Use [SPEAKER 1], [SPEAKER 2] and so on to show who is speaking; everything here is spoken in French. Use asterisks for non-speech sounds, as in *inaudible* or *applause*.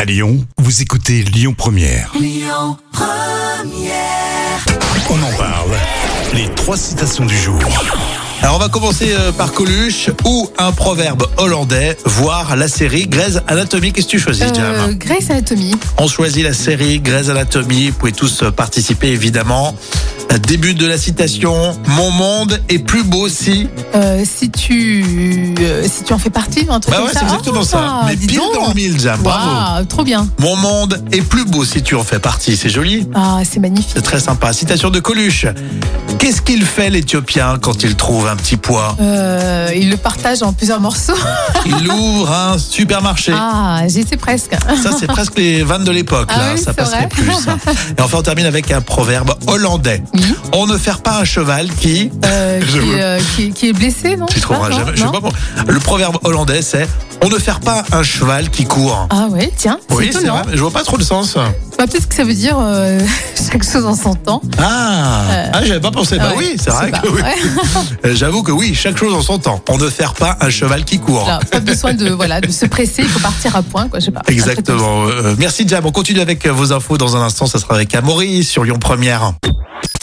[SPEAKER 1] À Lyon, vous écoutez Lyon Première. On en parle. Les trois citations du jour.
[SPEAKER 2] Alors on va commencer euh, par Coluche ou un proverbe hollandais, voir la série Grey's Anatomy. Qu'est-ce que tu choisis, Jam
[SPEAKER 3] Euh, Grace Anatomy.
[SPEAKER 2] On choisit la série Grey's Anatomy. Vous pouvez tous euh, participer évidemment. Euh, Début de la citation, mon monde est plus beau si.
[SPEAKER 3] Euh, si tu euh, si tu en fais partie, un truc
[SPEAKER 2] Bah
[SPEAKER 3] comme
[SPEAKER 2] ouais,
[SPEAKER 3] ça.
[SPEAKER 2] c'est exactement
[SPEAKER 3] Ah,
[SPEAKER 2] ça. Mais
[SPEAKER 3] dis
[SPEAKER 2] pile
[SPEAKER 3] donc.
[SPEAKER 2] dans le mille, Jam. Bravo.
[SPEAKER 3] Waouh, trop bien.
[SPEAKER 2] Mon monde est plus beau si tu en fais partie. C'est joli.
[SPEAKER 3] Ah, c'est magnifique.
[SPEAKER 2] C'est très sympa. Citation de Coluche. Qu'est-ce qu'il fait l'Éthiopien quand il trouve un petit pois
[SPEAKER 3] Euh, il le partage en
[SPEAKER 2] *laughs*
[SPEAKER 3] plusieurs morceaux.
[SPEAKER 2] Il ouvre un supermarché.
[SPEAKER 3] Ah, j'étais
[SPEAKER 2] *laughs*
[SPEAKER 3] presque.
[SPEAKER 2] Ça, c'est presque les vannes de l'époque.
[SPEAKER 3] Ah
[SPEAKER 2] là,
[SPEAKER 3] oui,
[SPEAKER 2] ça
[SPEAKER 3] c'est
[SPEAKER 2] passerait
[SPEAKER 3] vrai.
[SPEAKER 2] plus. hein. Et enfin, on termine avec un proverbe hollandais.
[SPEAKER 3] Oui.
[SPEAKER 2] On ne fait pas un cheval qui.
[SPEAKER 3] Euh,
[SPEAKER 2] Je
[SPEAKER 3] qui,
[SPEAKER 2] veux-
[SPEAKER 3] euh, qui- qui est blessé, non
[SPEAKER 2] Tu trouveras
[SPEAKER 3] Ah, non,
[SPEAKER 2] jamais. je sais
[SPEAKER 3] non.
[SPEAKER 2] pas bon. Le proverbe hollandais, c'est on ne fait pas un cheval qui court.
[SPEAKER 3] Ah ouais, tiens,
[SPEAKER 2] oui, c'est
[SPEAKER 3] c'est étonnant.
[SPEAKER 2] vrai. Je vois pas trop le sens.
[SPEAKER 3] Bah, Peut-être que ça veut dire euh, *laughs* chaque chose en son temps.
[SPEAKER 2] Ah,
[SPEAKER 3] Euh,
[SPEAKER 2] ah j'avais pas pensé. Bah
[SPEAKER 3] Ouais,
[SPEAKER 2] oui,
[SPEAKER 3] je
[SPEAKER 2] c'est vrai
[SPEAKER 3] sais
[SPEAKER 2] que
[SPEAKER 3] pas.
[SPEAKER 2] oui.
[SPEAKER 3] Ouais.
[SPEAKER 2] Euh, J'avoue que oui, chaque chose en son temps. On ne fait pas un cheval qui court.
[SPEAKER 3] Alors, pas besoin de voilà de se presser, il faut partir à point, quoi. Je sais pas. Un truc comme ça.
[SPEAKER 2] Exactement. Euh, merci Jam. On continue avec vos infos dans un instant. Ça sera avec Amaury sur Lyon Première.